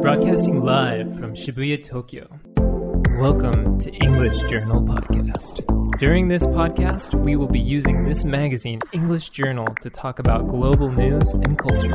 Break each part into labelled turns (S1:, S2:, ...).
S1: Broadcasting live from Shibuya, Tokyo. Welcome to English Journal Podcast. During this podcast, we will be using this magazine, English Journal, to talk about global news and culture.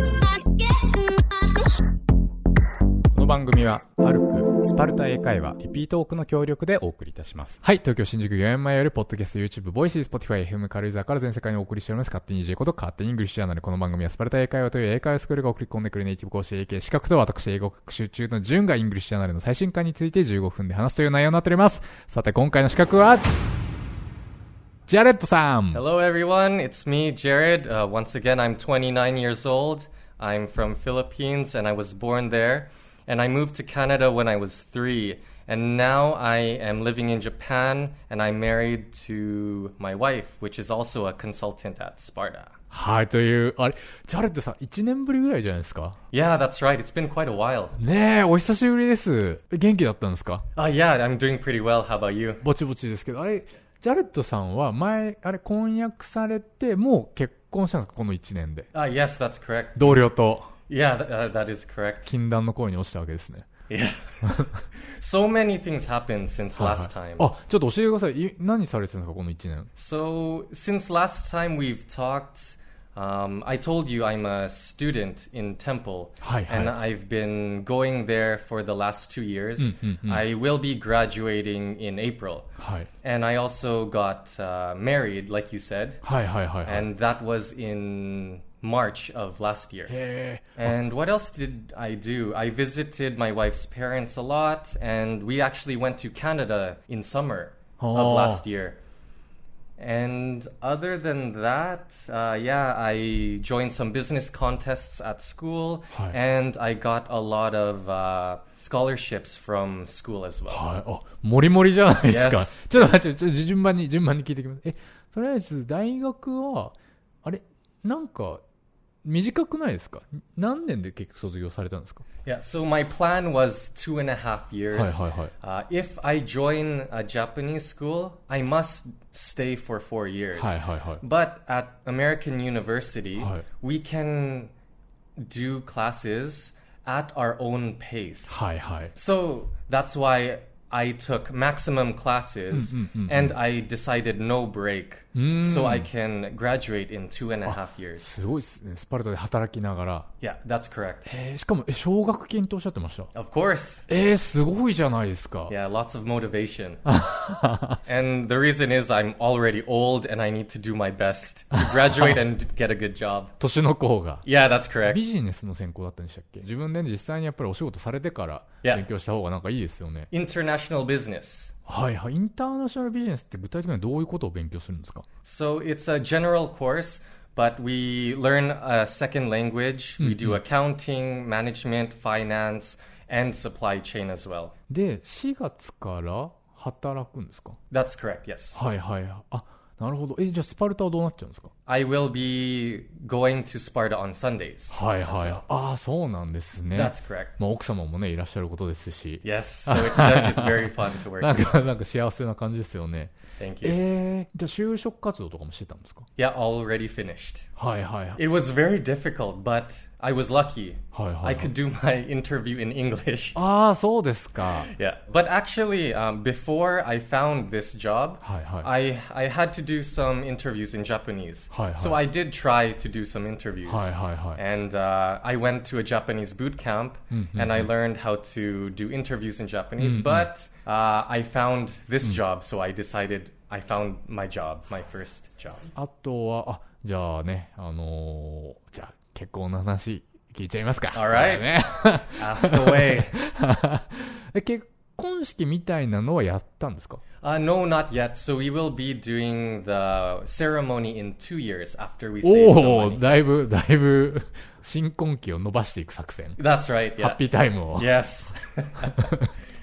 S2: この番組は、パルク、スパルタ英会話、リピートオークの協力でお送りいたします。はい、東京、新宿、4円前より、ポッドキャスト、YouTube、ボイス、Spotify、FM、軽井沢から全世界にお送りしております。勝手に j こと、勝手にイングリッシュジャーナル。この番組は、スパルタ英会話という英会話スクールが送り込んでくるネイティブ講師、英系資格と、私、英語学習中のジュンがイングリッシュジャーナルの最新刊について15分で話すという内容になっております。さて、今回の資格は、ジャレットさん
S3: Hello, everyone. It's me, Jared. Uh, once again, I'm 29 years old. I'm from Philippines, and I was born there. And I moved to Canada when I was three. And now I am living in Japan, and I'm married to my wife, which is also a consultant at Sparta.
S2: はい、という、あれ、ジャレットさん、1年ぶりぐらいじゃないですか
S3: Yeah, that's right. It's been quite a while.
S2: ねえ、お久しぶりです。元気だったんですか
S3: Uh, yeah, I'm doing pretty well. How about you?
S2: ぼちぼちですけど、あれ、ジャレットさんは前、あれ、婚約されて、もう結婚したんですかこの1年で。
S3: Uh, yes, that's correct.
S2: 同僚と、
S3: Yeah, th- uh, that is correct.
S2: 禁断の恋に落ちたわけですね。
S3: Yeah. so many things happened since
S2: はいはい
S3: last time.
S2: あ、ちょっと教えてください。い何されてたんですかこの1年。
S3: So, since last time we've talked, um, I told you I'm a student in Temple,
S2: Hi, hi.
S3: and I've been going there for the last two years.
S2: Mm,
S3: I will be graduating in April,
S2: はい。
S3: and I also got uh, married, like you said,
S2: はいはいはいはい。
S3: and that was in March of last year.
S2: へ
S3: And what else did I do? I visited my wife's parents a lot, and we actually went to Canada in summer
S2: Oh.
S3: of last year. And other than that, uh, yeah, I joined some business contests at school,
S2: Hi.
S3: and I got a lot of uh, scholarships from school as
S2: ー
S3: well.
S2: はい。あ、もりもりじゃないですか。
S3: Yes.
S2: ちょっと待って、ちょっと順番に、順番に聞いていきます。え、とりあえず、大学は、あれ、なんか、短くないですか何年で結局卒業されたんですか
S3: Yeah, so my plan was two and a half years.
S2: Hi, hi, hi.
S3: Uh, if I join a Japanese school, I must stay for four years.
S2: はいはいはい。
S3: But at American University,
S2: Hi.
S3: we can do classes at our own pace.
S2: はいはい。
S3: So that's why I took maximum classes and I decided no break so I can graduate in two and a half years.
S2: すごいですね。スパルタで働きながら。
S3: Yeah, that's correct.
S2: えーしかも、え、奨学金とおっしゃってました。
S3: Of course.
S2: えー、すごいじゃないですか。
S3: Yeah, lots of motivation. and the reason is I'm already old and I need to do my best to graduate and get a good job.
S2: 年の子が。
S3: Yeah, that's correct.
S2: ビジネスの専攻だったんでしたっけ自分で実際にやっぱりお仕事されてから
S3: いや
S2: 勉強した方がなんかいいですよね。
S3: International business.
S2: はいはい。インターナショナルビジネスって具体的にはどういうことを勉強するんですか
S3: So it's a general course, but we learn a second language. We do accounting, management, finance, and supply chain as well.
S2: で、4月から働くんですか
S3: That's correct, yes.
S2: はいはいはい。あ、なるほど。え、じゃあスパルタはどうなっちゃうんですか
S3: I will be going to Sparta on Sundays.
S2: はいはい。ああー、そうなんですね。
S3: That's correct.
S2: まあ奥様もね、いらっしゃることですし。
S3: Yes, so it's, it's very fun to
S2: なん
S3: work.
S2: か、なんか幸せな感じですよね。
S3: Thank you.
S2: えー、じゃあ就職活動とかもしてたんですか
S3: Yeah, already finished.
S2: はいはいはい。
S3: It was very difficult, but I was lucky.
S2: Hi, hi,
S3: I could do my interview in English.
S2: ああ、そうですか。
S3: Yeah, but actually, um, before I found this job,
S2: Hi, hi.
S3: I I had to do some interviews in Japanese.
S2: Hi, hi.
S3: So I did try to do some interviews.
S2: はいはいはい。
S3: And uh, I went to a Japanese boot camp,
S2: Mm-hmm,
S3: and I learned how to do interviews in Japanese. But
S2: mm-hmm.
S3: uh, I found this
S2: Mm.
S3: job, so I decided I found my job, my first job.
S2: あとは、あ、じゃあね、あのーじゃあ結婚の話聞いちゃいますか。
S3: Alright.
S2: これ ね
S3: Ask away.
S2: え結婚式みたいなのはやったんですか
S3: Uh, no, not yet. So we will be doing the ceremony in two years after we
S2: お
S3: save some
S2: お
S3: money.
S2: ー、だいぶ、だいぶ、 新婚期を伸ばしていく作戦。
S3: That's right.
S2: ハッ
S3: Yeah.
S2: ピータイム を。
S3: Yes.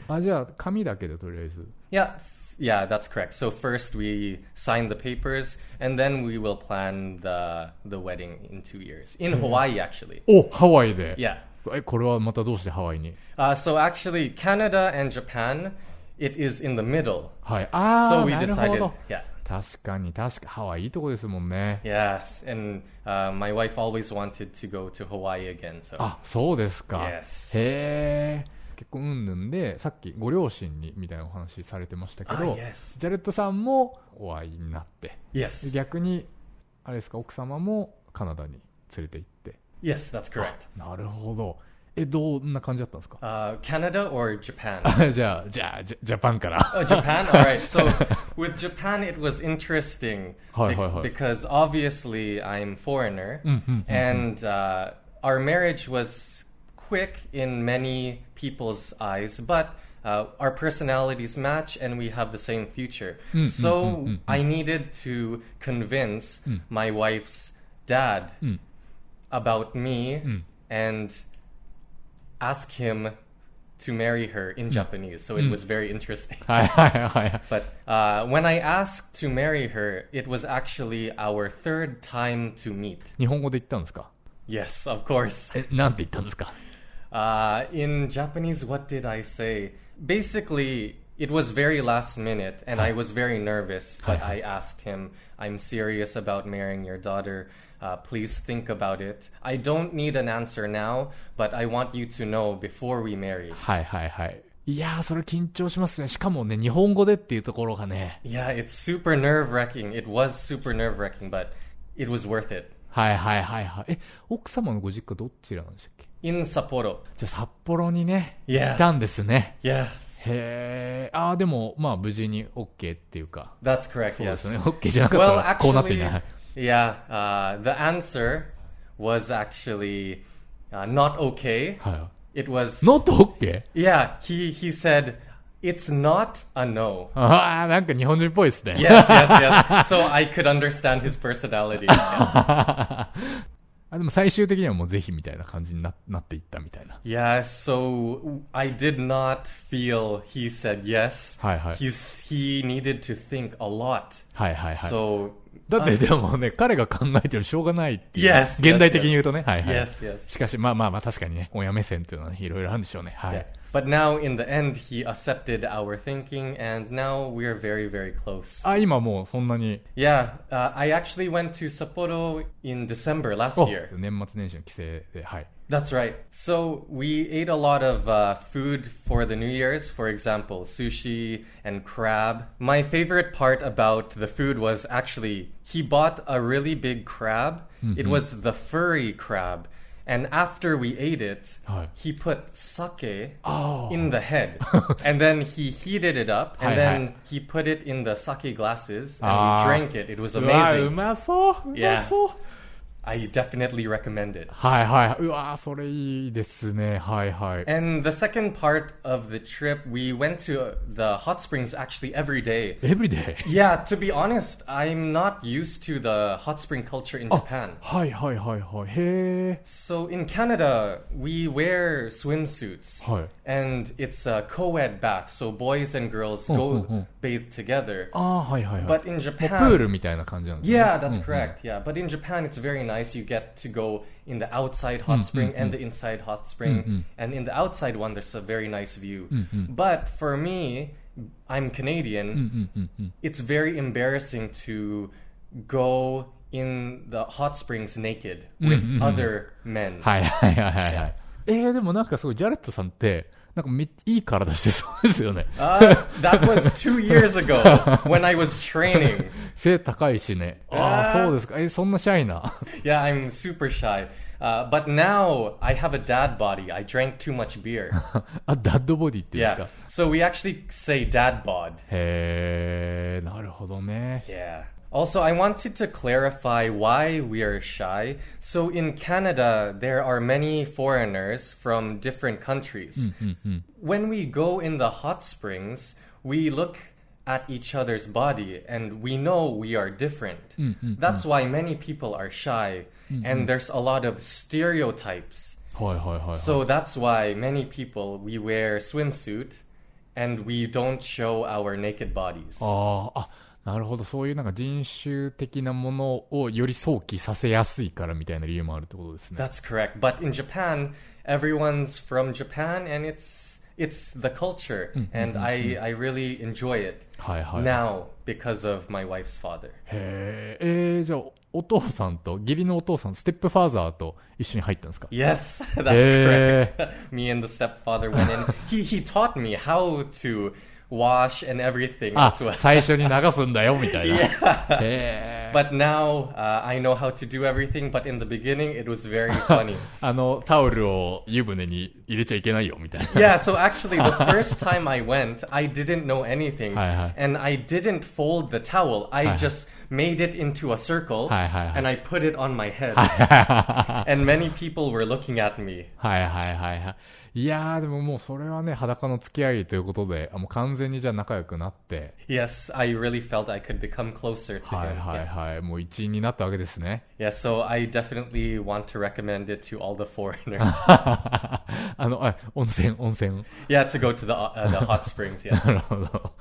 S2: あ、じゃあ、紙だけでとりあえず。
S3: yeah. f- Yeah, that's correct. So first we sign the papers, and then we will plan the the wedding in two years in Hawaii, actually.
S2: お、ハワイで。
S3: Yeah.
S2: え、これはまたどうしてハワイに
S3: Uh, so actually, Canada and Japan, it is in the middle.
S2: はい。ああ、
S3: So we
S2: なるほ
S3: decided.
S2: ど。
S3: Yeah.
S2: 確かに、確か、ハワイいいとこですもんね。
S3: Yes. And uh,
S2: Ah,
S3: my wife always wanted to go to Hawaii again. So.
S2: あ、そうですか。
S3: Yes.
S2: へえ。結婚云々で、さっきご両親にみたいなお話されてましたけ
S3: Ah,
S2: ど、
S3: yes.
S2: ジャレットさんもお会いになって、で
S3: Yes.
S2: 逆に、あれですか、奥様もカナダに連れて行って。
S3: Yes, that's correct.
S2: なるほど。え、どんな感じだったんですか
S3: Uh, Canada or Japan?
S2: あじゃあ、じゃあ、ジャジャパンから。
S3: Oh, Japan? All right. So with Japan, it was interesting
S2: Hi,
S3: be-
S2: hi, hi.
S3: because obviously I'm foreigner, and uh, our marriage was quick in many people's eyes, but. Uh, our personalities match and we have the same future. so I needed to convince my wife's dad about me and ask him to marry her in Japanese. So it was very interesting.
S2: はいはいはいはい。
S3: But uh, when I asked to marry her, it was actually our third time to meet.
S2: 日本語で言ったんですか
S3: Yes, of course.
S2: え、なんて言ったんですか
S3: Uh, in Japanese, what did I say? Basically, it was very last minute, and I was very nervous. But I asked him, "I'm serious about marrying your daughter. Uh, please think about it. I don't need an answer now, but I want you to know before we marry."
S2: はいはいはい。いやー、それ緊張しますね。しかもね、日本語でっていうところがね。
S3: Yeah, it's super nerve wracking. It was super nerve wracking, but it was worth it.
S2: はいはいはいはい。え、奥様のご実家どちらなんでしたっけ
S3: In Sapporo.
S2: じゃあ札幌にね、い
S3: Yeah.
S2: たんですね。
S3: Yes.
S2: へー。あー、でも、まあ無事に OK っていうか。
S3: That's correct,
S2: そうです
S3: yes.
S2: ね。OK じゃなかった
S3: Well,
S2: ら、こうなってい
S3: actually,
S2: ない。
S3: yeah, uh, the answer was actually uh, not okay.
S2: は
S3: It was.
S2: い。Not OK?
S3: Yeah, he, he said, it's not a no.
S2: あー、なんか日本人っぽいですね。
S3: Yes, yes, yes. so I could understand his personality.
S2: あでも最終的にはもうぜひみたいな感じにななっていったみたいな。
S3: Yeah, so I did not feel he said yes.
S2: Hi, hi.
S3: He's he needed to think a lot.
S2: はいはいはい。
S3: So
S2: だってでもね、彼が考えてるしょうがないっていう。
S3: Yes,
S2: 現代的に言うとね。はいはい。
S3: yes, yes.
S2: しかし、まあまあまあ確かにね、親目線っていうのはね、いろいろあるんでしょうね。はい。
S3: Yeah. But now in the end he accepted our thinking and now we're very very close.
S2: あ、今もうそんなに、
S3: Yeah, uh, I actually went to Sapporo in December last
S2: お
S3: year.
S2: 年末年始の帰省で、はい。
S3: That's right. So we ate a lot of uh, food for the New Year's, for example, sushi and crab. My favorite part about the food was actually he bought a really big crab. It was the furry crab. And after we ate it,
S2: Hi.
S3: he put sake
S2: Oh.
S3: in the head. and then he heated it up,
S2: Hi,
S3: and
S2: hi.
S3: then he put it in the sake glasses, and
S2: Ah.
S3: we drank it. It was
S2: うわ、う
S3: amazing.
S2: まそううまそう
S3: I definitely recommend it.
S2: はいはい。うわそれいいですね。はいはい。
S3: And the second part of the trip, we went to uh, the hot springs actually every day.
S2: エブリデイ。
S3: Yeah, to be honest, I'm not used to the hot spring culture
S2: Oh.
S3: in Japan.
S2: はいはいはいはい。へ
S3: So in Canada, we wear swimsuits.
S2: Hi.
S3: And it's a co ed bath, so boys and girls
S2: oh,
S3: go
S2: oh.
S3: bathe
S2: ー。
S3: together.
S2: あー、はいはいはい。
S3: But in
S2: もう
S3: Japan.
S2: プールみたいな感じなんですね。
S3: Yeah, that's correct. Yeah, but in Japan, it's very nice. You get to go in the outside hot spring and the inside hot spring, and in the outside one, there's a very nice view. But for me, I'm Canadian. It's very embarrassing to go in the hot springs naked with other men.
S2: はいはいはいはいはい。えー、でもなんかすごい、ジャレットさんって、なんかめいい体してそうですよね。
S3: Uh, that was two years ago when I was training.
S2: 背高いしね。ああ、そうですか。えー、そんなシャイな。
S3: Yeah, I'm super shy. Uh, but now I have a dad body. I drank too much beer.
S2: あ、ダッドボディっていうんですか。
S3: Yeah. So we actually say dad bod.
S2: へえ、なるほどね。
S3: Yeah. Also, I wanted to clarify why we are shy. So in Canada, there are many foreigners from different countries. When we go in the hot springs, we look at each other's body and we know we are different. That's why many people are shy and there's a lot of stereotypes.
S2: はいはいはいはい。
S3: So that's why many people we wear swimsuit and we don't show our naked bodies.
S2: ああ、あ、なるほど。そういうなんか人種的なものをより想起させやすいからみたいな理由もあるってことですね。
S3: That's correct. But in Japan, everyone's from Japan and it's it's the culture, and I, I really enjoy it
S2: はいはい。
S3: now because of my wife's father.
S2: へえ、えー、じゃあ、お父さんと、義理のお父さん、ステップファーザーと一緒に入ったんですか
S3: Yes, that's
S2: Eh.
S3: correct. me and the stepfather went in. he he taught me how to wash and everything
S2: あ
S3: as well.、
S2: 最初に流すんだよ、みたいな。へ
S3: yeah.
S2: え。
S3: But now uh, I know how to do everything. But in the beginning, it was very funny.
S2: あの、タオルを湯船に入れちゃいけないよ、みたいな。
S3: yeah. So actually, the first time I went, I didn't know anything,
S2: Hi, hi.
S3: and I didn't fold the towel. I
S2: hi.
S3: just made it into a circle,
S2: Hi, hi, hi.
S3: and I put it on my head.
S2: は
S3: and many people were looking at me.
S2: いはいはいはい。いやー、でももうそれはね、裸の付き合いということで、あもう完全にじゃあ仲良くなって、
S3: Yes, I really felt I could become closer to
S2: はい
S3: him.
S2: は
S3: Yeah.
S2: いはい、もう一員になったわけです ね。
S3: Yeah, so I definitely want to recommend it to all the foreigners.
S2: あの、あ温泉、温泉。
S3: yeah, to go to the uh, the hot springs.
S2: な
S3: Yes.
S2: るほど。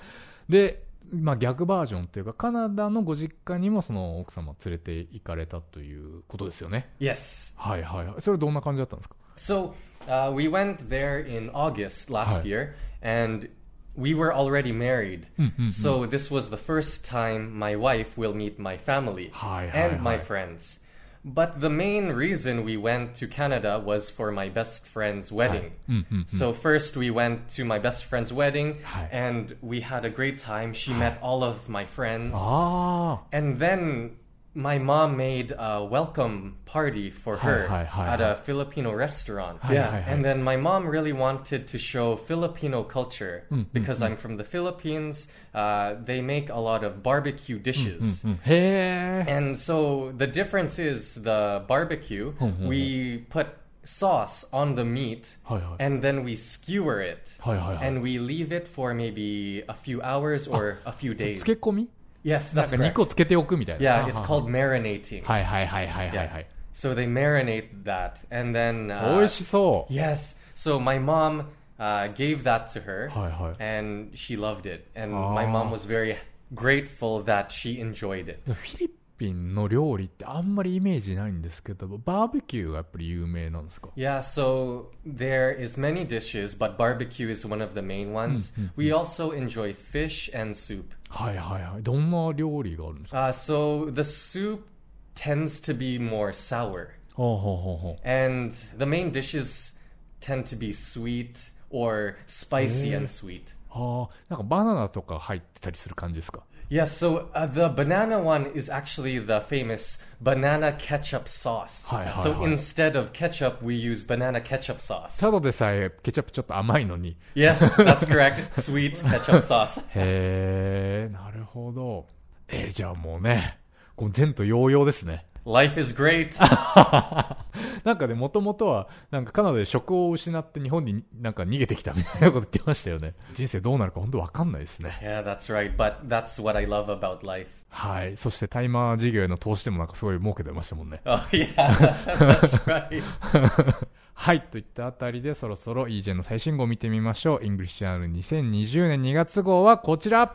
S2: で、まあ逆バージョンというか、カナダのご実家にもその奥様連れて行かれたということですよね。
S3: yes.
S2: はいはいはい。それどんな感じだったんですか
S3: So uh, we went there in August
S2: Hi.
S3: last
S2: Hmm,
S3: year, and we were already married. so this was the first time my wife will meet my family
S2: Hi, hi,
S3: and my
S2: hi.
S3: friends. But the main reason we went to Canada was for my best friend's wedding.
S2: Hmm,
S3: So first we went to my best friend's wedding,
S2: Hi.
S3: and we had a great time. She met all of my friends.
S2: Ah. あ
S3: And then my mom made a welcome party for her
S2: Hi, hi, hi,
S3: at
S2: hi.
S3: a Filipino restaurant.
S2: Hi,
S3: yeah.
S2: hi, hi.
S3: And then my mom really wanted to show Filipino culture
S2: Mm,
S3: because I'm from the Philippines. Uh, they make a lot
S2: Mm,
S3: of barbecue dishes.
S2: あ。へえ。
S3: And so the difference is the barbecue,
S2: Mm,
S3: we put sauce on the meat
S2: Hi, hi.
S3: and then we skewer it.
S2: はいはいはい。
S3: And we leave it for maybe a few hours or a few
S2: つ
S3: days.
S2: 漬け込み
S3: Yes,
S2: なん
S3: that's
S2: か肉
S3: correct.
S2: をつけておくみたいな。
S3: Yeah, it's called marinating.
S2: はいはいはいはいはい
S3: Yeah.
S2: はい。
S3: So they marinate that, and then uh,
S2: 美味しそう。
S3: yes. So my mom uh, gave that to her,
S2: はいはい。
S3: and she loved it. And
S2: Ah.
S3: my mom was very grateful that she enjoyed it.
S2: フィリピンの料理ってあんまりイメージないんですけど、バーベキューがやっぱり有名なんですか
S3: Yeah. So there is many dishes, but barbecue is one of the main ones. We also enjoy fish and soup.
S2: はいはいはい。どんな料理があるんですか
S3: Uh, so the soup tends to be more sour.
S2: ほうほうほうほう。
S3: And the main dishes tend to be sweet or spicy
S2: Mm.
S3: and sweet.
S2: ああ、なんかバナナとか入ってたりする感じですか
S3: Yeah, so uh, the banana one is actually the famous banana ketchup sauce.
S2: Hi, hi,
S3: so
S2: hi.
S3: instead of ketchup, we use banana ketchup sauce.
S2: ただでさえケチャップちょっと甘いのに。
S3: yes, that's correct. Sweet ketchup sauce.
S2: へえ、なるほど。えーじゃあもうね、こう前途洋々ですね。
S3: Life is great.
S2: なんかね、もともとは、なんかカナダで職を失って日本になんか逃げてきたみたいなこと言ってましたよね。人生どうなるか本当わかんないですね。
S3: yeah, that's right. But that's what I love about life.
S2: はい。そしてタイマー事業への投資でもなんかすごい儲けてましたもんね。
S3: Oh, yeah, that's right.
S2: はい。といったあたりでそろそろ EJ の最新号を見てみましょう。イングリッシュ r 2020年2月号はこちら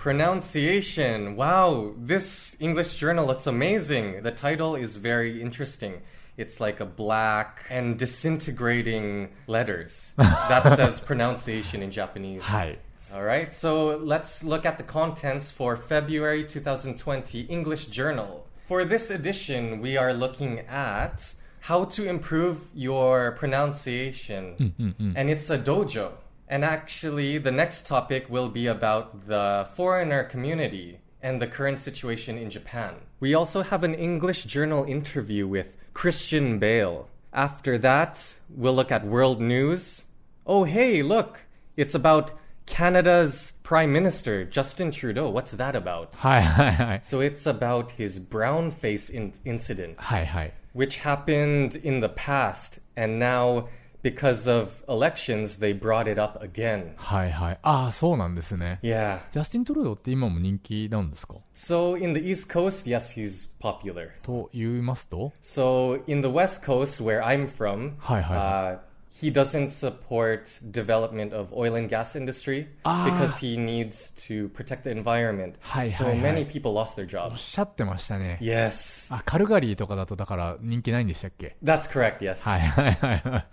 S3: Pronunciation. Wow, this English journal looks amazing. The title is very interesting. It's like a black and disintegrating letters. That says pronunciation in Japanese.
S2: はい。
S3: All right, so let's look at the contents for February 2020 English Journal. For this edition, we are looking at how to improve your pronunciation. And it's a dojo. And actually, the next topic will be about the foreigner community and the current situation in Japan. We also have an English Journal interview with Christian Bale. After that, we'll look at world news. Oh, hey, look, it's about Canada's Prime Minister, Justin Trudeau. What's that about?
S2: はいはいはい。
S3: So it's about his brown face in- incident,
S2: はいはい。
S3: which happened in the past, and now because of elections, they brought it up again.
S2: はいはい。ああ、そうなんですね。
S3: Yeah.
S2: ジャスティン・トルドーって今も人気なんですか
S3: So in the East Coast, yes, he's popular.
S2: と言いますと
S3: So in the West Coast, where I'm from,
S2: Hi, hi, hi.
S3: Uh, he doesn't support development of oil and gas industry
S2: Ah.
S3: because he needs to protect the environment.
S2: Hi,
S3: so
S2: hi, hi.
S3: many people lost their
S2: おっ
S3: jobs.
S2: しゃってましたね。
S3: Yes,
S2: あ、カルガリーとかだとだから人気ないんでしたっけ
S3: that's correct. Yes.
S2: はいはいはいはい。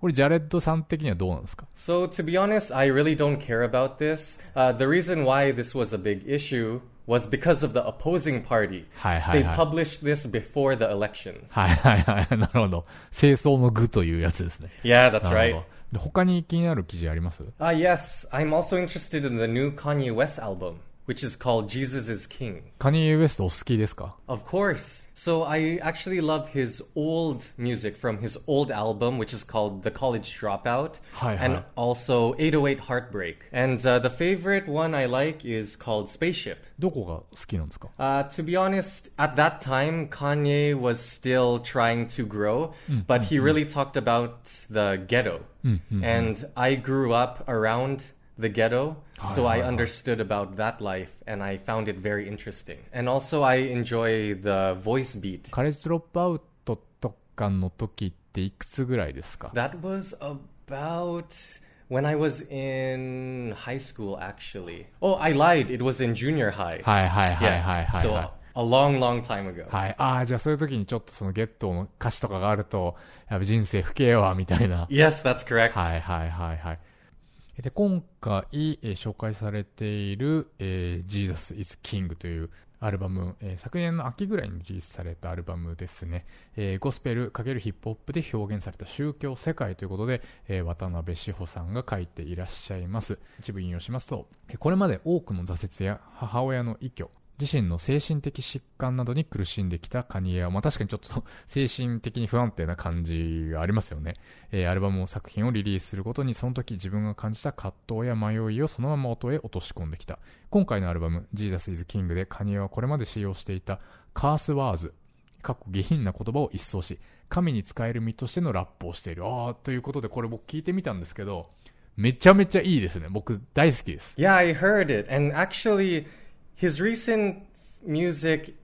S2: これ、ジャレッドさん的にはどうなんですか
S3: So, to be honest, I really don't care about this. Uh, the reason why this was a big issue was because of the opposing party.
S2: Hi, hi,
S3: they
S2: hi.
S3: published this before the elections.
S2: はいはいはい。なるほど。清掃の具というやつですね。
S3: Yeah, that's
S2: なるほ
S3: right.
S2: ど。で他に気になる記事あります
S3: Ah, yes, I'm also interested in the new Kanye West album, which is called Jesus is King.
S2: カニエ・ウエストお好きですか
S3: Of course. So I actually love his old music from his old album, which is called The College Dropout,
S2: Hi,
S3: and
S2: hi.
S3: also 808 Heartbreak. And uh, the favorite one I like is called Spaceship.
S2: どこが好きなんですか
S3: Uh, to be honest, at that time, Kanye was still trying to grow, but he really talked about the ghetto. And I grew up around the ghetto, so I understood about that life and I found it very interesting. And also, I enjoy the voice beat.
S2: カレッジ・ドロップアウトとかの時っていくつぐらいですか
S3: That was about when I was in high school, actually. Oh, I lied. It was in junior high.
S2: はいはいはいはいはい、はい
S3: So, a long, long time ago.
S2: はい。ああ、じゃあそういう時にちょっとそのゲットーの歌詞とかがあると、やっぱ人生不景は、みたいな。
S3: Yes, that's correct.
S2: はいはいはいはい。で、今回、えー紹介されている、えー Jesus is King というアルバム、えー昨年の秋ぐらいにリリースされたアルバムですね。えーゴスペル×ヒップホップで表現された宗教世界ということで、えー渡辺志保さんが書いていらっしゃいます。一部引用しますと、えーこれまで多くの挫折や母親の依拠、自身の精神的疾患などに苦しんできたカニエは、まあ確かにちょっと精神的に不安定な感じがありますよね。えーアルバムを作品をリリースすることに、その時自分が感じた葛藤や迷いをそのまま音へ落とし込んできた。今回のアルバム、Jesus is King でカニエはこれまで使用していたカースワーズ、かっこ下品な言葉を一掃し、神に使える身としてのラップをしている。ああ、ということでこれ僕聞いてみたんですけど、めちゃめちゃいいですね。僕大好きです。
S3: Yeah, I heard it. And actually, his recent music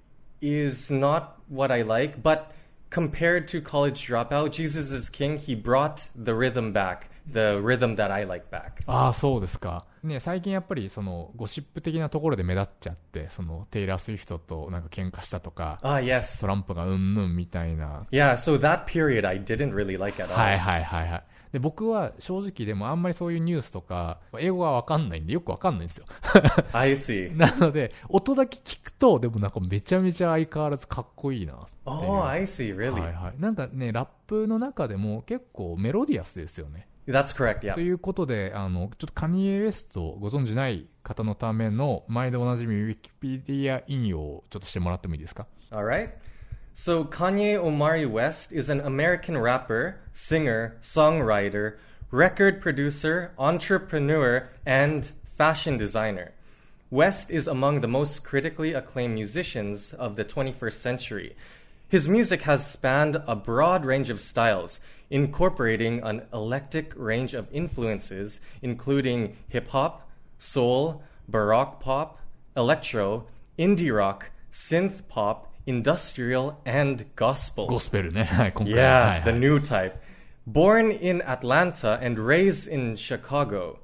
S3: is not what I like, but compared to College Dropout, Jesus is King, he brought the rhythm back, the rhythm that I like back.
S2: ああ、そうですか。ね、最近やっぱりそのゴシップ的なところで目立っちゃって、そのテイラー・スウィフトとなんか喧嘩したとか、
S3: Ah, yes.
S2: トランプがうんぬんみたいな
S3: Yeah, so that period I didn't really like at all.
S2: はいはいはいはい。で、僕は正直でもあんまりそういうニュースとか、英語がわかんないんでよくわかんないんですよ。
S3: I see.
S2: なので、音だけ聞くと、でもなんかめちゃめちゃ相変わらずかっこいいなっていう。
S3: Oh, I see, really.
S2: はいはい。なんかね、ラップの中でも結構メロディアスですよね。
S3: That's correct, yeah.
S2: ということで、あの、ちょっとカニエ・ウエストをご存じない方のための、毎度おなじみウィキペディア引用をちょっとしてもらってもいいですか
S3: All right. So Kanye Omari West is an American rapper, singer, songwriter, record producer, entrepreneur, and fashion designer. West is among the most critically acclaimed musicians of the 21st century. His music has spanned a broad range of styles, incorporating an eclectic range of influences, including hip hop, soul, baroque pop, electro, indie rock, synth pop, industrial, and gospel.
S2: ゴスペルね。はい、今回は。
S3: Yeah,
S2: はいはい
S3: the new type. Born in Atlanta and raised in Chicago,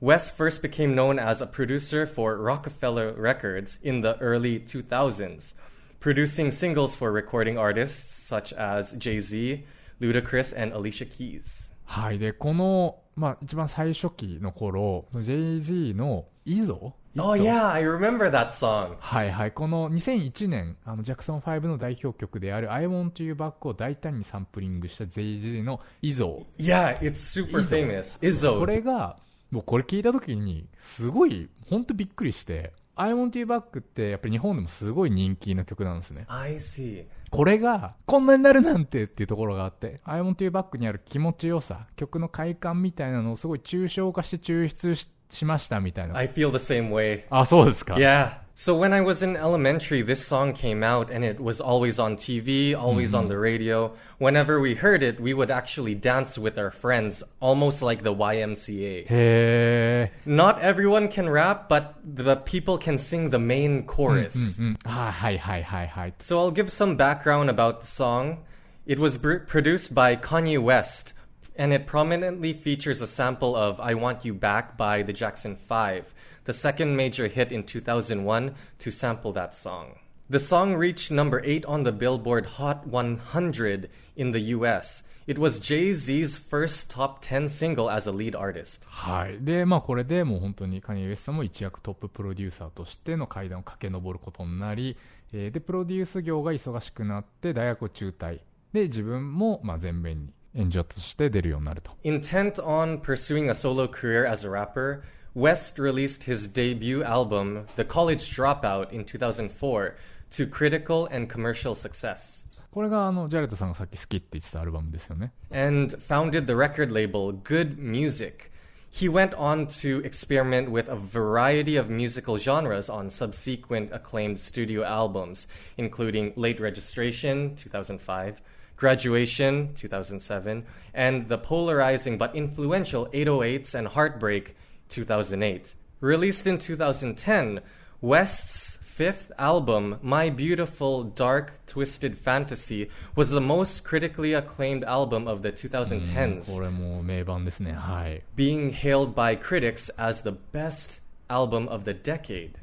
S3: West first became known as a producer for Rockefeller Records in the early 2000s, producing singles for recording artists such as Jay Z, Ludacris, and Alicia Keys.
S2: はい。で、この、まあ、一番最初期の頃、その Jay-Z のイゾ
S3: Oh,
S2: イゾ
S3: yeah, I remember that song.
S2: はいはい。この2001年、あの、ジャクソン5の代表曲である I Want You Back を大胆にサンプリングした Jay-Z のイゾ
S3: Yeah, it's super
S2: Izzo.
S3: famous.
S2: こ
S3: Izzo.
S2: れが、もうこれ聞いた時に、すごい、ほんとびっくりして、I Want You Back ってやっぱり日本でもすごい人気の曲なんですね。
S3: I see.
S2: これが、こんなになるなんてっていうところがあって、I want you back にある気持ちよさ、曲の快感みたいなのをすごい抽象化して抽出ししましたみたいな。
S3: I feel the same way.
S2: あ、そうですか。
S3: Yeah. So when I was in elementary, this song came out and it was always on TV, always on the radio. Whenever we heard it, we would actually dance with our friends, almost like the YMCA.
S2: へえ。
S3: Not everyone can rap, but the people can sing the main chorus.
S2: うん。あ、はいはいはいはい。
S3: So I'll give some background about the song. It was br- produced by Kanye West, and it prominently features a sample of I Want You Back by the Jackson 5, the second major hit in 2001 to sample that song. The song reached number 8 on the Billboard Hot 100 in the US. It was Jay Z's first top 10 single as a lead artist.
S2: はい。で、まあこれでもう本当にカニエ・ウェストさんも一躍トッププロデューサーとしての階段を駆け上ることになり、えーで、プロデュース業が忙しくなって大学を中退。で、自分もまあ前面に演者として出るようになると。
S3: Intent on pursuing a solo career as a rapper, West released his debut album, The College Dropout, in 2004 to critical and commercial success,
S2: これがあの、ジャレットさんがさっき好きって言ってたアルバムですよね。
S3: and founded the record label Good Music. He went on to experiment with a variety of musical genres on subsequent acclaimed studio albums, including Late Registration, 2005. Graduation 2007 and the polarizing but influential 808s and Heartbreak 2008. Released in 2010, West's fifth album, My Beautiful Dark Twisted Fantasy, was the most critically acclaimed album of the 2010s,
S2: これも名盤ですね。はい。
S3: being hailed by critics as the best album of the decade.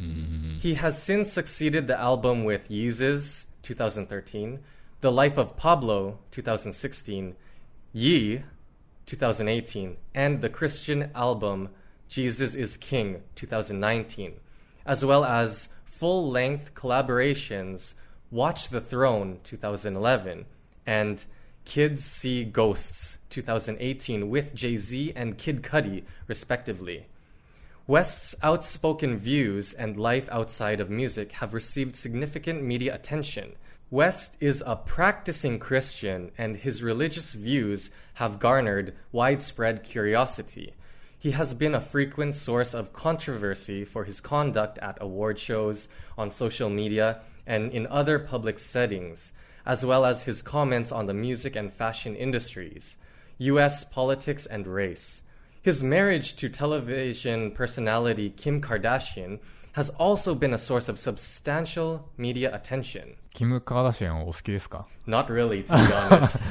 S3: He has since succeeded the album with Yeezus 2013, The Life of Pablo 2016, Ye 2018, and the Christian album Jesus is King 2019, as well as full length collaborations Watch the Throne 2011 and Kids See Ghosts 2018 with Jay Z and Kid Cudi, respectively. West's outspoken views and life outside of music have received significant media attention. West is a practicing Christian, and his religious views have garnered widespread curiosity. He has been a frequent source of controversy for his conduct at award shows, on social media, and in other public settings, as well as his comments on the music and fashion industries, US politics, and race. His marriage to television personality Kim Kardashian has also been a source of substantial media attention.
S2: キム・カーダシアンお好きですか
S3: Not really, to be honest.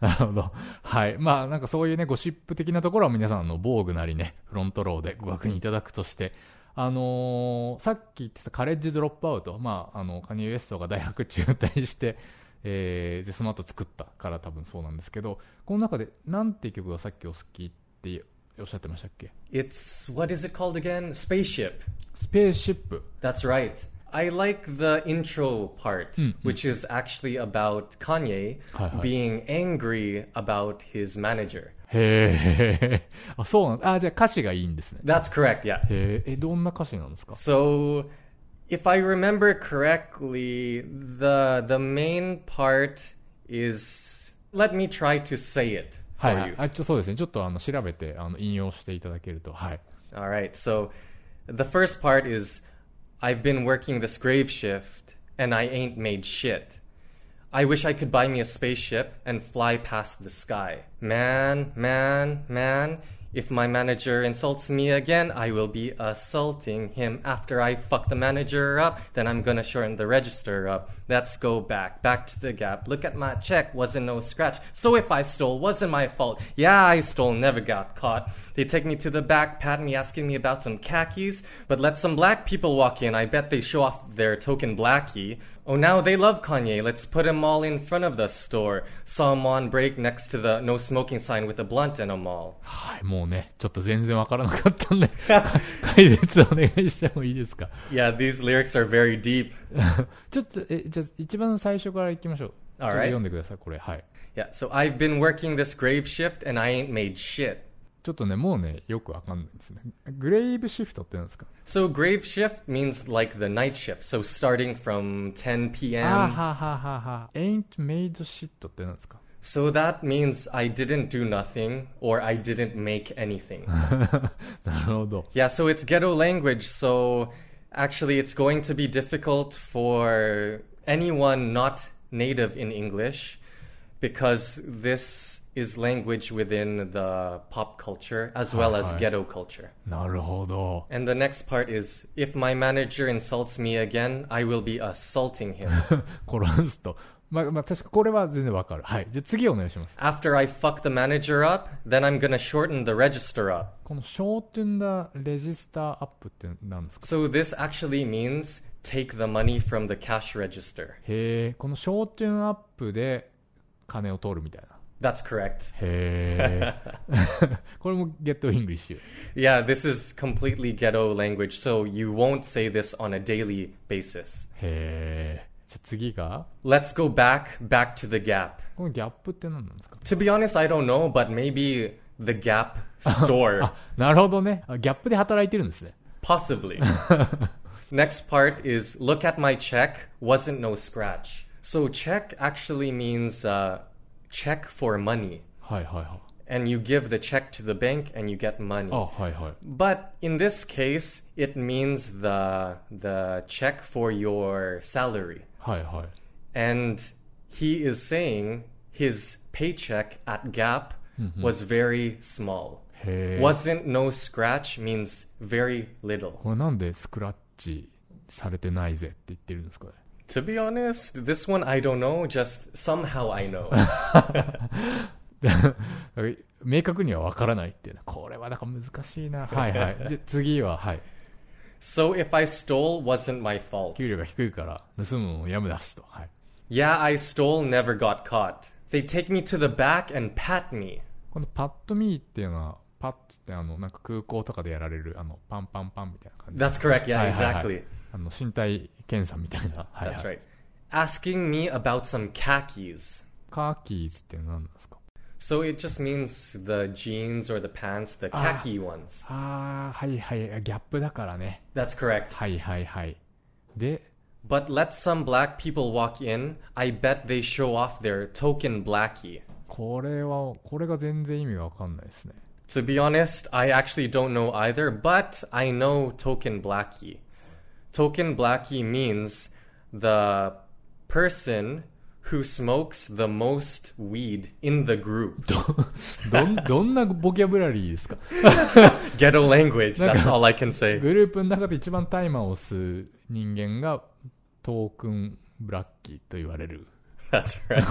S2: なるほど。はい。まあなんかそういうね、ゴシップ的なところは皆さんあの防具なりね、フロントローでご確認いただくとして、あのーさっき言ってたカレッジドロップアウト、まああの、カニエ・ウエストが大学中退して、えーで、その後作ったから多分そうなんですけど、この中でなんて曲がさっきお好きっておっしゃってましたっけ
S3: it's what is it called again? Spaceship.
S2: スペースシップ。
S3: That's right. I like the intro part, which is actually about Kanye
S2: Hmm, Hi, hi.
S3: being angry about his manager.
S2: へえ。あ、そうなんあ、じゃあ歌詞がいいんですね。
S3: That's correct, yeah.
S2: へーえ、どんな歌詞なんですか
S3: So, if I remember correctly, the the main part is let me try to say it for
S2: はいはい
S3: you.、
S2: あちょそうですね、ちょっとあの調べてあの引用していただけると、はい、
S3: All right. So, the first part is I've been working this grave shift and I ain't made shit. I wish I could buy me a spaceship and fly past the sky. Man, man, man. If my manager insults me again, I will be assaulting him. After I fuck the manager up, then I'm gonna shorten the register up. Let's go back, back to the gap. Look at my check, wasn't no scratch. So if I stole, wasn't my fault. Yeah, I stole, never got caught. They take me to the back, pat me, asking me about some khakis. But let some black people walk in, I bet they show off their token blackie. Oh, now they love Kanye. Let's put 'em all in front of the store. Saw 'em on break next to the no smoking sign with a blunt in 'em all.
S2: はい、もうね、ちょっと全然わからなかったん で、か解説お願いしてもいいですか。
S3: Yeah, these lyrics are very deep.
S2: ちょっと、え、じゃあ一番最初からいきましょう。ちょ
S3: Alright
S2: っと読んでください、これ、はい。
S3: Yeah, so I've been working this grave shift and I ain't made shit.
S2: ちょっとね、もうね、よくわかんないですね。グレイブシフトってなんですか
S3: So grave shift means like the night shift. So starting from
S2: あ
S3: 10
S2: ー
S3: p.m.
S2: はははは。ain't made shit ってなん ですか
S3: So that means I didn't do nothing or I didn't make anything.
S2: なるほど。
S3: Yeah, so it's ghetto language, so actually it's going to be difficult for anyone not native in English because this is language within the pop culture as well as
S2: Hi-hi.
S3: ghetto culture.
S2: なるほど。
S3: And the next part is if my manager insults me again, I will be assaulting him.
S2: 殺すと。まあ、まあ、確かこれは全然わかる。はい。じゃあ次お願いします。
S3: After I fuck the manager up, then I'm gonna shorten the register up.
S2: この、ショートゥンダレジスターアップってなんですか
S3: So this actually means take the money from the cash register.
S2: へえ、このショートゥンアップで金を取るみたいな。
S3: That's correct.
S2: へえ。これも Get English。
S3: Yeah, this is completely ghetto language, so you won't say this on a daily basis.
S2: へえ。じゃあ次が、
S3: Let's go back, back to the gap.
S2: このギャップって何なんですか
S3: To be honest, I don't know, but maybe the Gap store.
S2: あ、なるほどね。あギャップで働いてるんですね。
S3: Possibly. Next part is look at my check, wasn't no scratch. So, check actually means uh, check for money.
S2: はいはいはい。
S3: And you give the check to the bank and you get money.
S2: あ、はいはい。
S3: But in this case, it means the, the check for your salary.
S2: はいはい。
S3: And he is saying his paycheck at Gap was very small.
S2: へえ。
S3: Wasn't no scratch means very little.
S2: これなんでスクラッチされてないぜって言ってるんですかね
S3: To be honest, this one I don't know, just somehow I know.
S2: だから明確には分からないっていうのはこれはだから難しいな。はいはい。じゃあ次は、はい。
S3: so if I stole, wasn't my fault.
S2: 給料が低いから盗むのもやむだしと。はい。
S3: Yeah, I stole, never got caught. They take me to the back and pat me.
S2: このパッとミーっていうのは、パッチってあの、なんか空港とかでやられる、あの、パンパンパンみたいな感じ。
S3: That's correct, yeah,
S2: はいはいはい
S3: exactly.
S2: あの、身体検査みたい な。はい、
S3: That's right. Asking me about some khakis.
S2: カーキーズって何なんですか
S3: So it just means the jeans or the pants, the
S2: Ah.
S3: khaki ones.
S2: ああ、はいはい。あギャップだからね。
S3: That's correct.
S2: はいはいはい。で、
S3: But let some black people walk in, I bet they show off their token blackie.
S2: これは、これが全然意味がわかんないですね。
S3: To be honest, I actually don't know either, but I know token blackie. Token blackie means the person who smokes the most weed in the group.
S2: ど ん、どんなボキャブラリーですか
S3: Ghetto language, that's all I can say.
S2: グループの中で一番タイマーを吸う人間がトークンブラッキーと言われる
S3: That's right.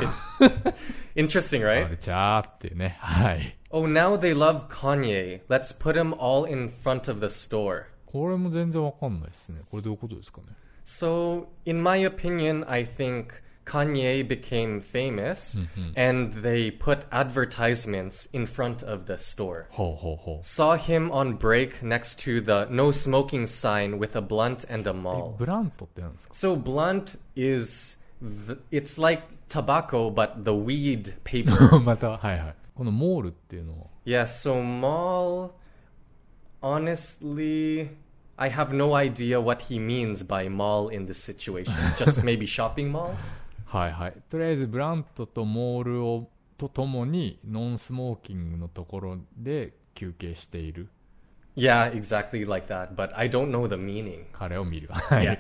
S3: Interesting,
S2: カ
S3: right?
S2: ルチャーっていうね。はい。
S3: Oh, now they love Kanye. Let's put him all in front of the store.
S2: これも全然わかんないですね。これどういうことですかね。
S3: So, in my opinion, I think Kanye became famous and they put advertisements in front of the store.
S2: ほうほうほう。
S3: Saw him on break next to the no smoking sign with a blunt and a mall.
S2: ブラントってなんですか
S3: So, blunt is th- it's like tobacco but the weed paper.
S2: また、はいはい。このモールっていうのは、
S3: yeah, so mall honestly I have no idea what he means by mall in this situation. Just maybe shopping mall?
S2: はいはい。とりあえずブラントとモールをとともにノンスモーキングのところで休憩している
S3: Yeah, exactly like that. But I don't know the meaning.
S2: 彼を見る。はい
S3: や
S2: い。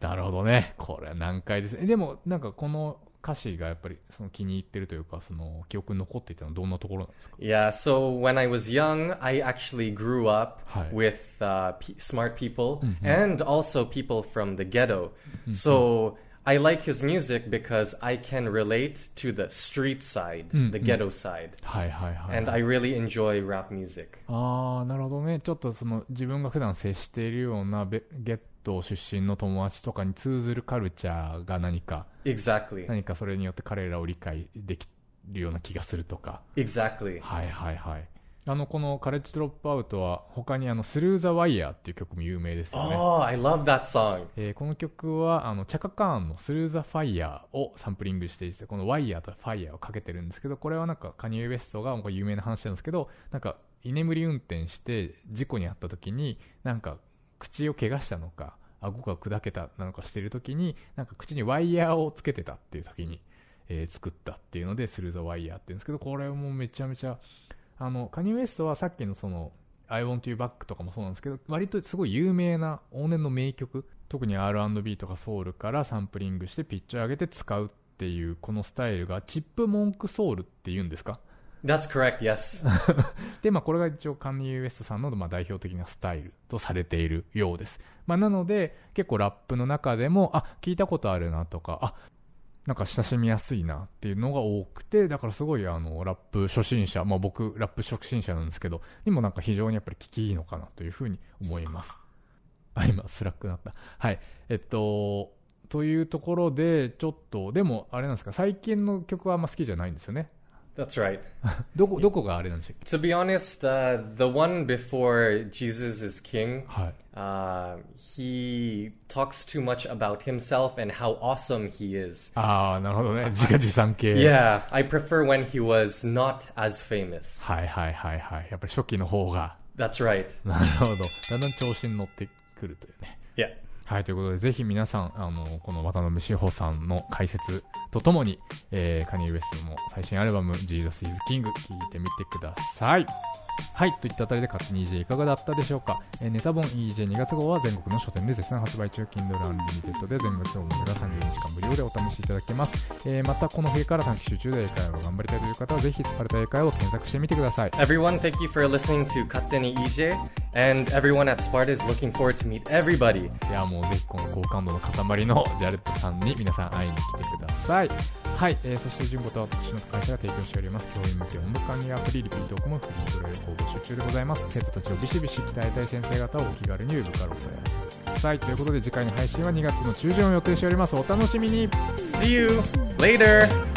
S2: なるほどね。これは難解ですね。でも、なんかこの歌詞がやっぱりその気に入ってるというか、その記憶に残っていたのはどんなところなんですか
S3: Yeah, so when I was young, I actually grew up
S2: Hi.
S3: with uh, p- smart people and also people from the ghetto. So I like his music because I can relate to the street side, the ghetto side.
S2: はいはいはい。
S3: And I really enjoy rap music.
S2: ああ、なるほどね。ちょっとその自分が普段接しているようなベゲット出身の友達とかに通ずるカルチャーが何か、
S3: Exactly.
S2: 何かそれによって彼らを理解できるような気がするとか。
S3: Exactly.
S2: はいはいはい。あの、このカレッジドロップアウトは他にあの、スルーザワイヤーっていう曲も有名ですよね。
S3: Oh, I love that song.
S2: えーこの曲はあのチャカカーンの「スルー・ザ・ファイヤー」をサンプリングしていてこの「ワイヤー」と「ファイヤー」をかけてるんですけどこれはなんかカニエ・ウェストがもうこれ有名な話なんですけどなんか居眠り運転して事故に遭った時になんか口を怪我したのか顎が砕けたなのかしてる時になんか口にワイヤーをつけてたっていう時に、えー作ったっていうので「スルー・ザ・ワイヤー」って言うんですけどこれもめちゃめちゃあのカニエ・ウェストはさっきのその「I want you back」とかもそうなんですけど割とすごい有名な往年の名曲特に R&B とかソウルからサンプリングしてピッチを上げて使うっていうこのスタイルがチップモンクソウルっていうんですか
S3: That's correct, yes.
S2: で、まあ、これが一応カニエ・ウエストさんの、まあ、代表的なスタイルとされているようです。まあ、なので、結構ラップの中でも、あ、聞いたことあるなとか、あ、なんか親しみやすいなっていうのが多くて、だからすごいあの、ラップ初心者、まあ僕、ラップ初心者なんですけど、にもなんか非常にやっぱり聞きいいのかなというふうに思います。あ、今、スラックなった。はい。えっと、というところで、ちょっと、でも、あれなんですか、最近の曲はあんま好きじゃないんですよね。
S3: That's right.
S2: どこどこがあれなんでしたっ
S3: To be honest, uh, the one before Jesus is King,
S2: けはい。
S3: uh, he talks too much about himself and how awesome he is.
S2: ああ、なるほどね。自家自産系。
S3: Yeah, I prefer when he was not as famous.
S2: はいはいはいはい。やっぱり初期の方が。
S3: That's right.
S2: なるほど。だんだん調子に乗ってくるというね。
S3: Yeah.
S2: はい、ということで、ぜひ皆さん、あの、この渡辺志保さんの解説とともに、えーカニエ・ウエストの最新アルバム、Jesus is King 聞いてみてください。はい、といったあたりで、勝手に EJ いかがだったでしょうか、えーネタ本 EJ2 月号は全国の書店で絶賛発売中、Kindle Unlimited で全月応募が30日間無料でお試しいただけます。えーまた、この冬から短期集中で英会話を頑張りたいという方は、ぜひスパルタ英会話を検索してみてください。
S3: Everyone, thank you for listening to Katteni EJ. And everyone at Sparta is looking forward to meet everybody.
S2: いやもうぜひこの好感度の塊のジャレットさんに皆さん会いに来てくださいはい、えーそして純子と私の会社が提供しております教員向け音楽管理アプリリピートークもフリートレイルを募集中でございます生徒たちをビシビシ鍛えたい先生方をお気軽にウェブからお問い合わせくださいということで次回の配信は2月の中旬を予定しておりますお楽しみに
S3: See you later!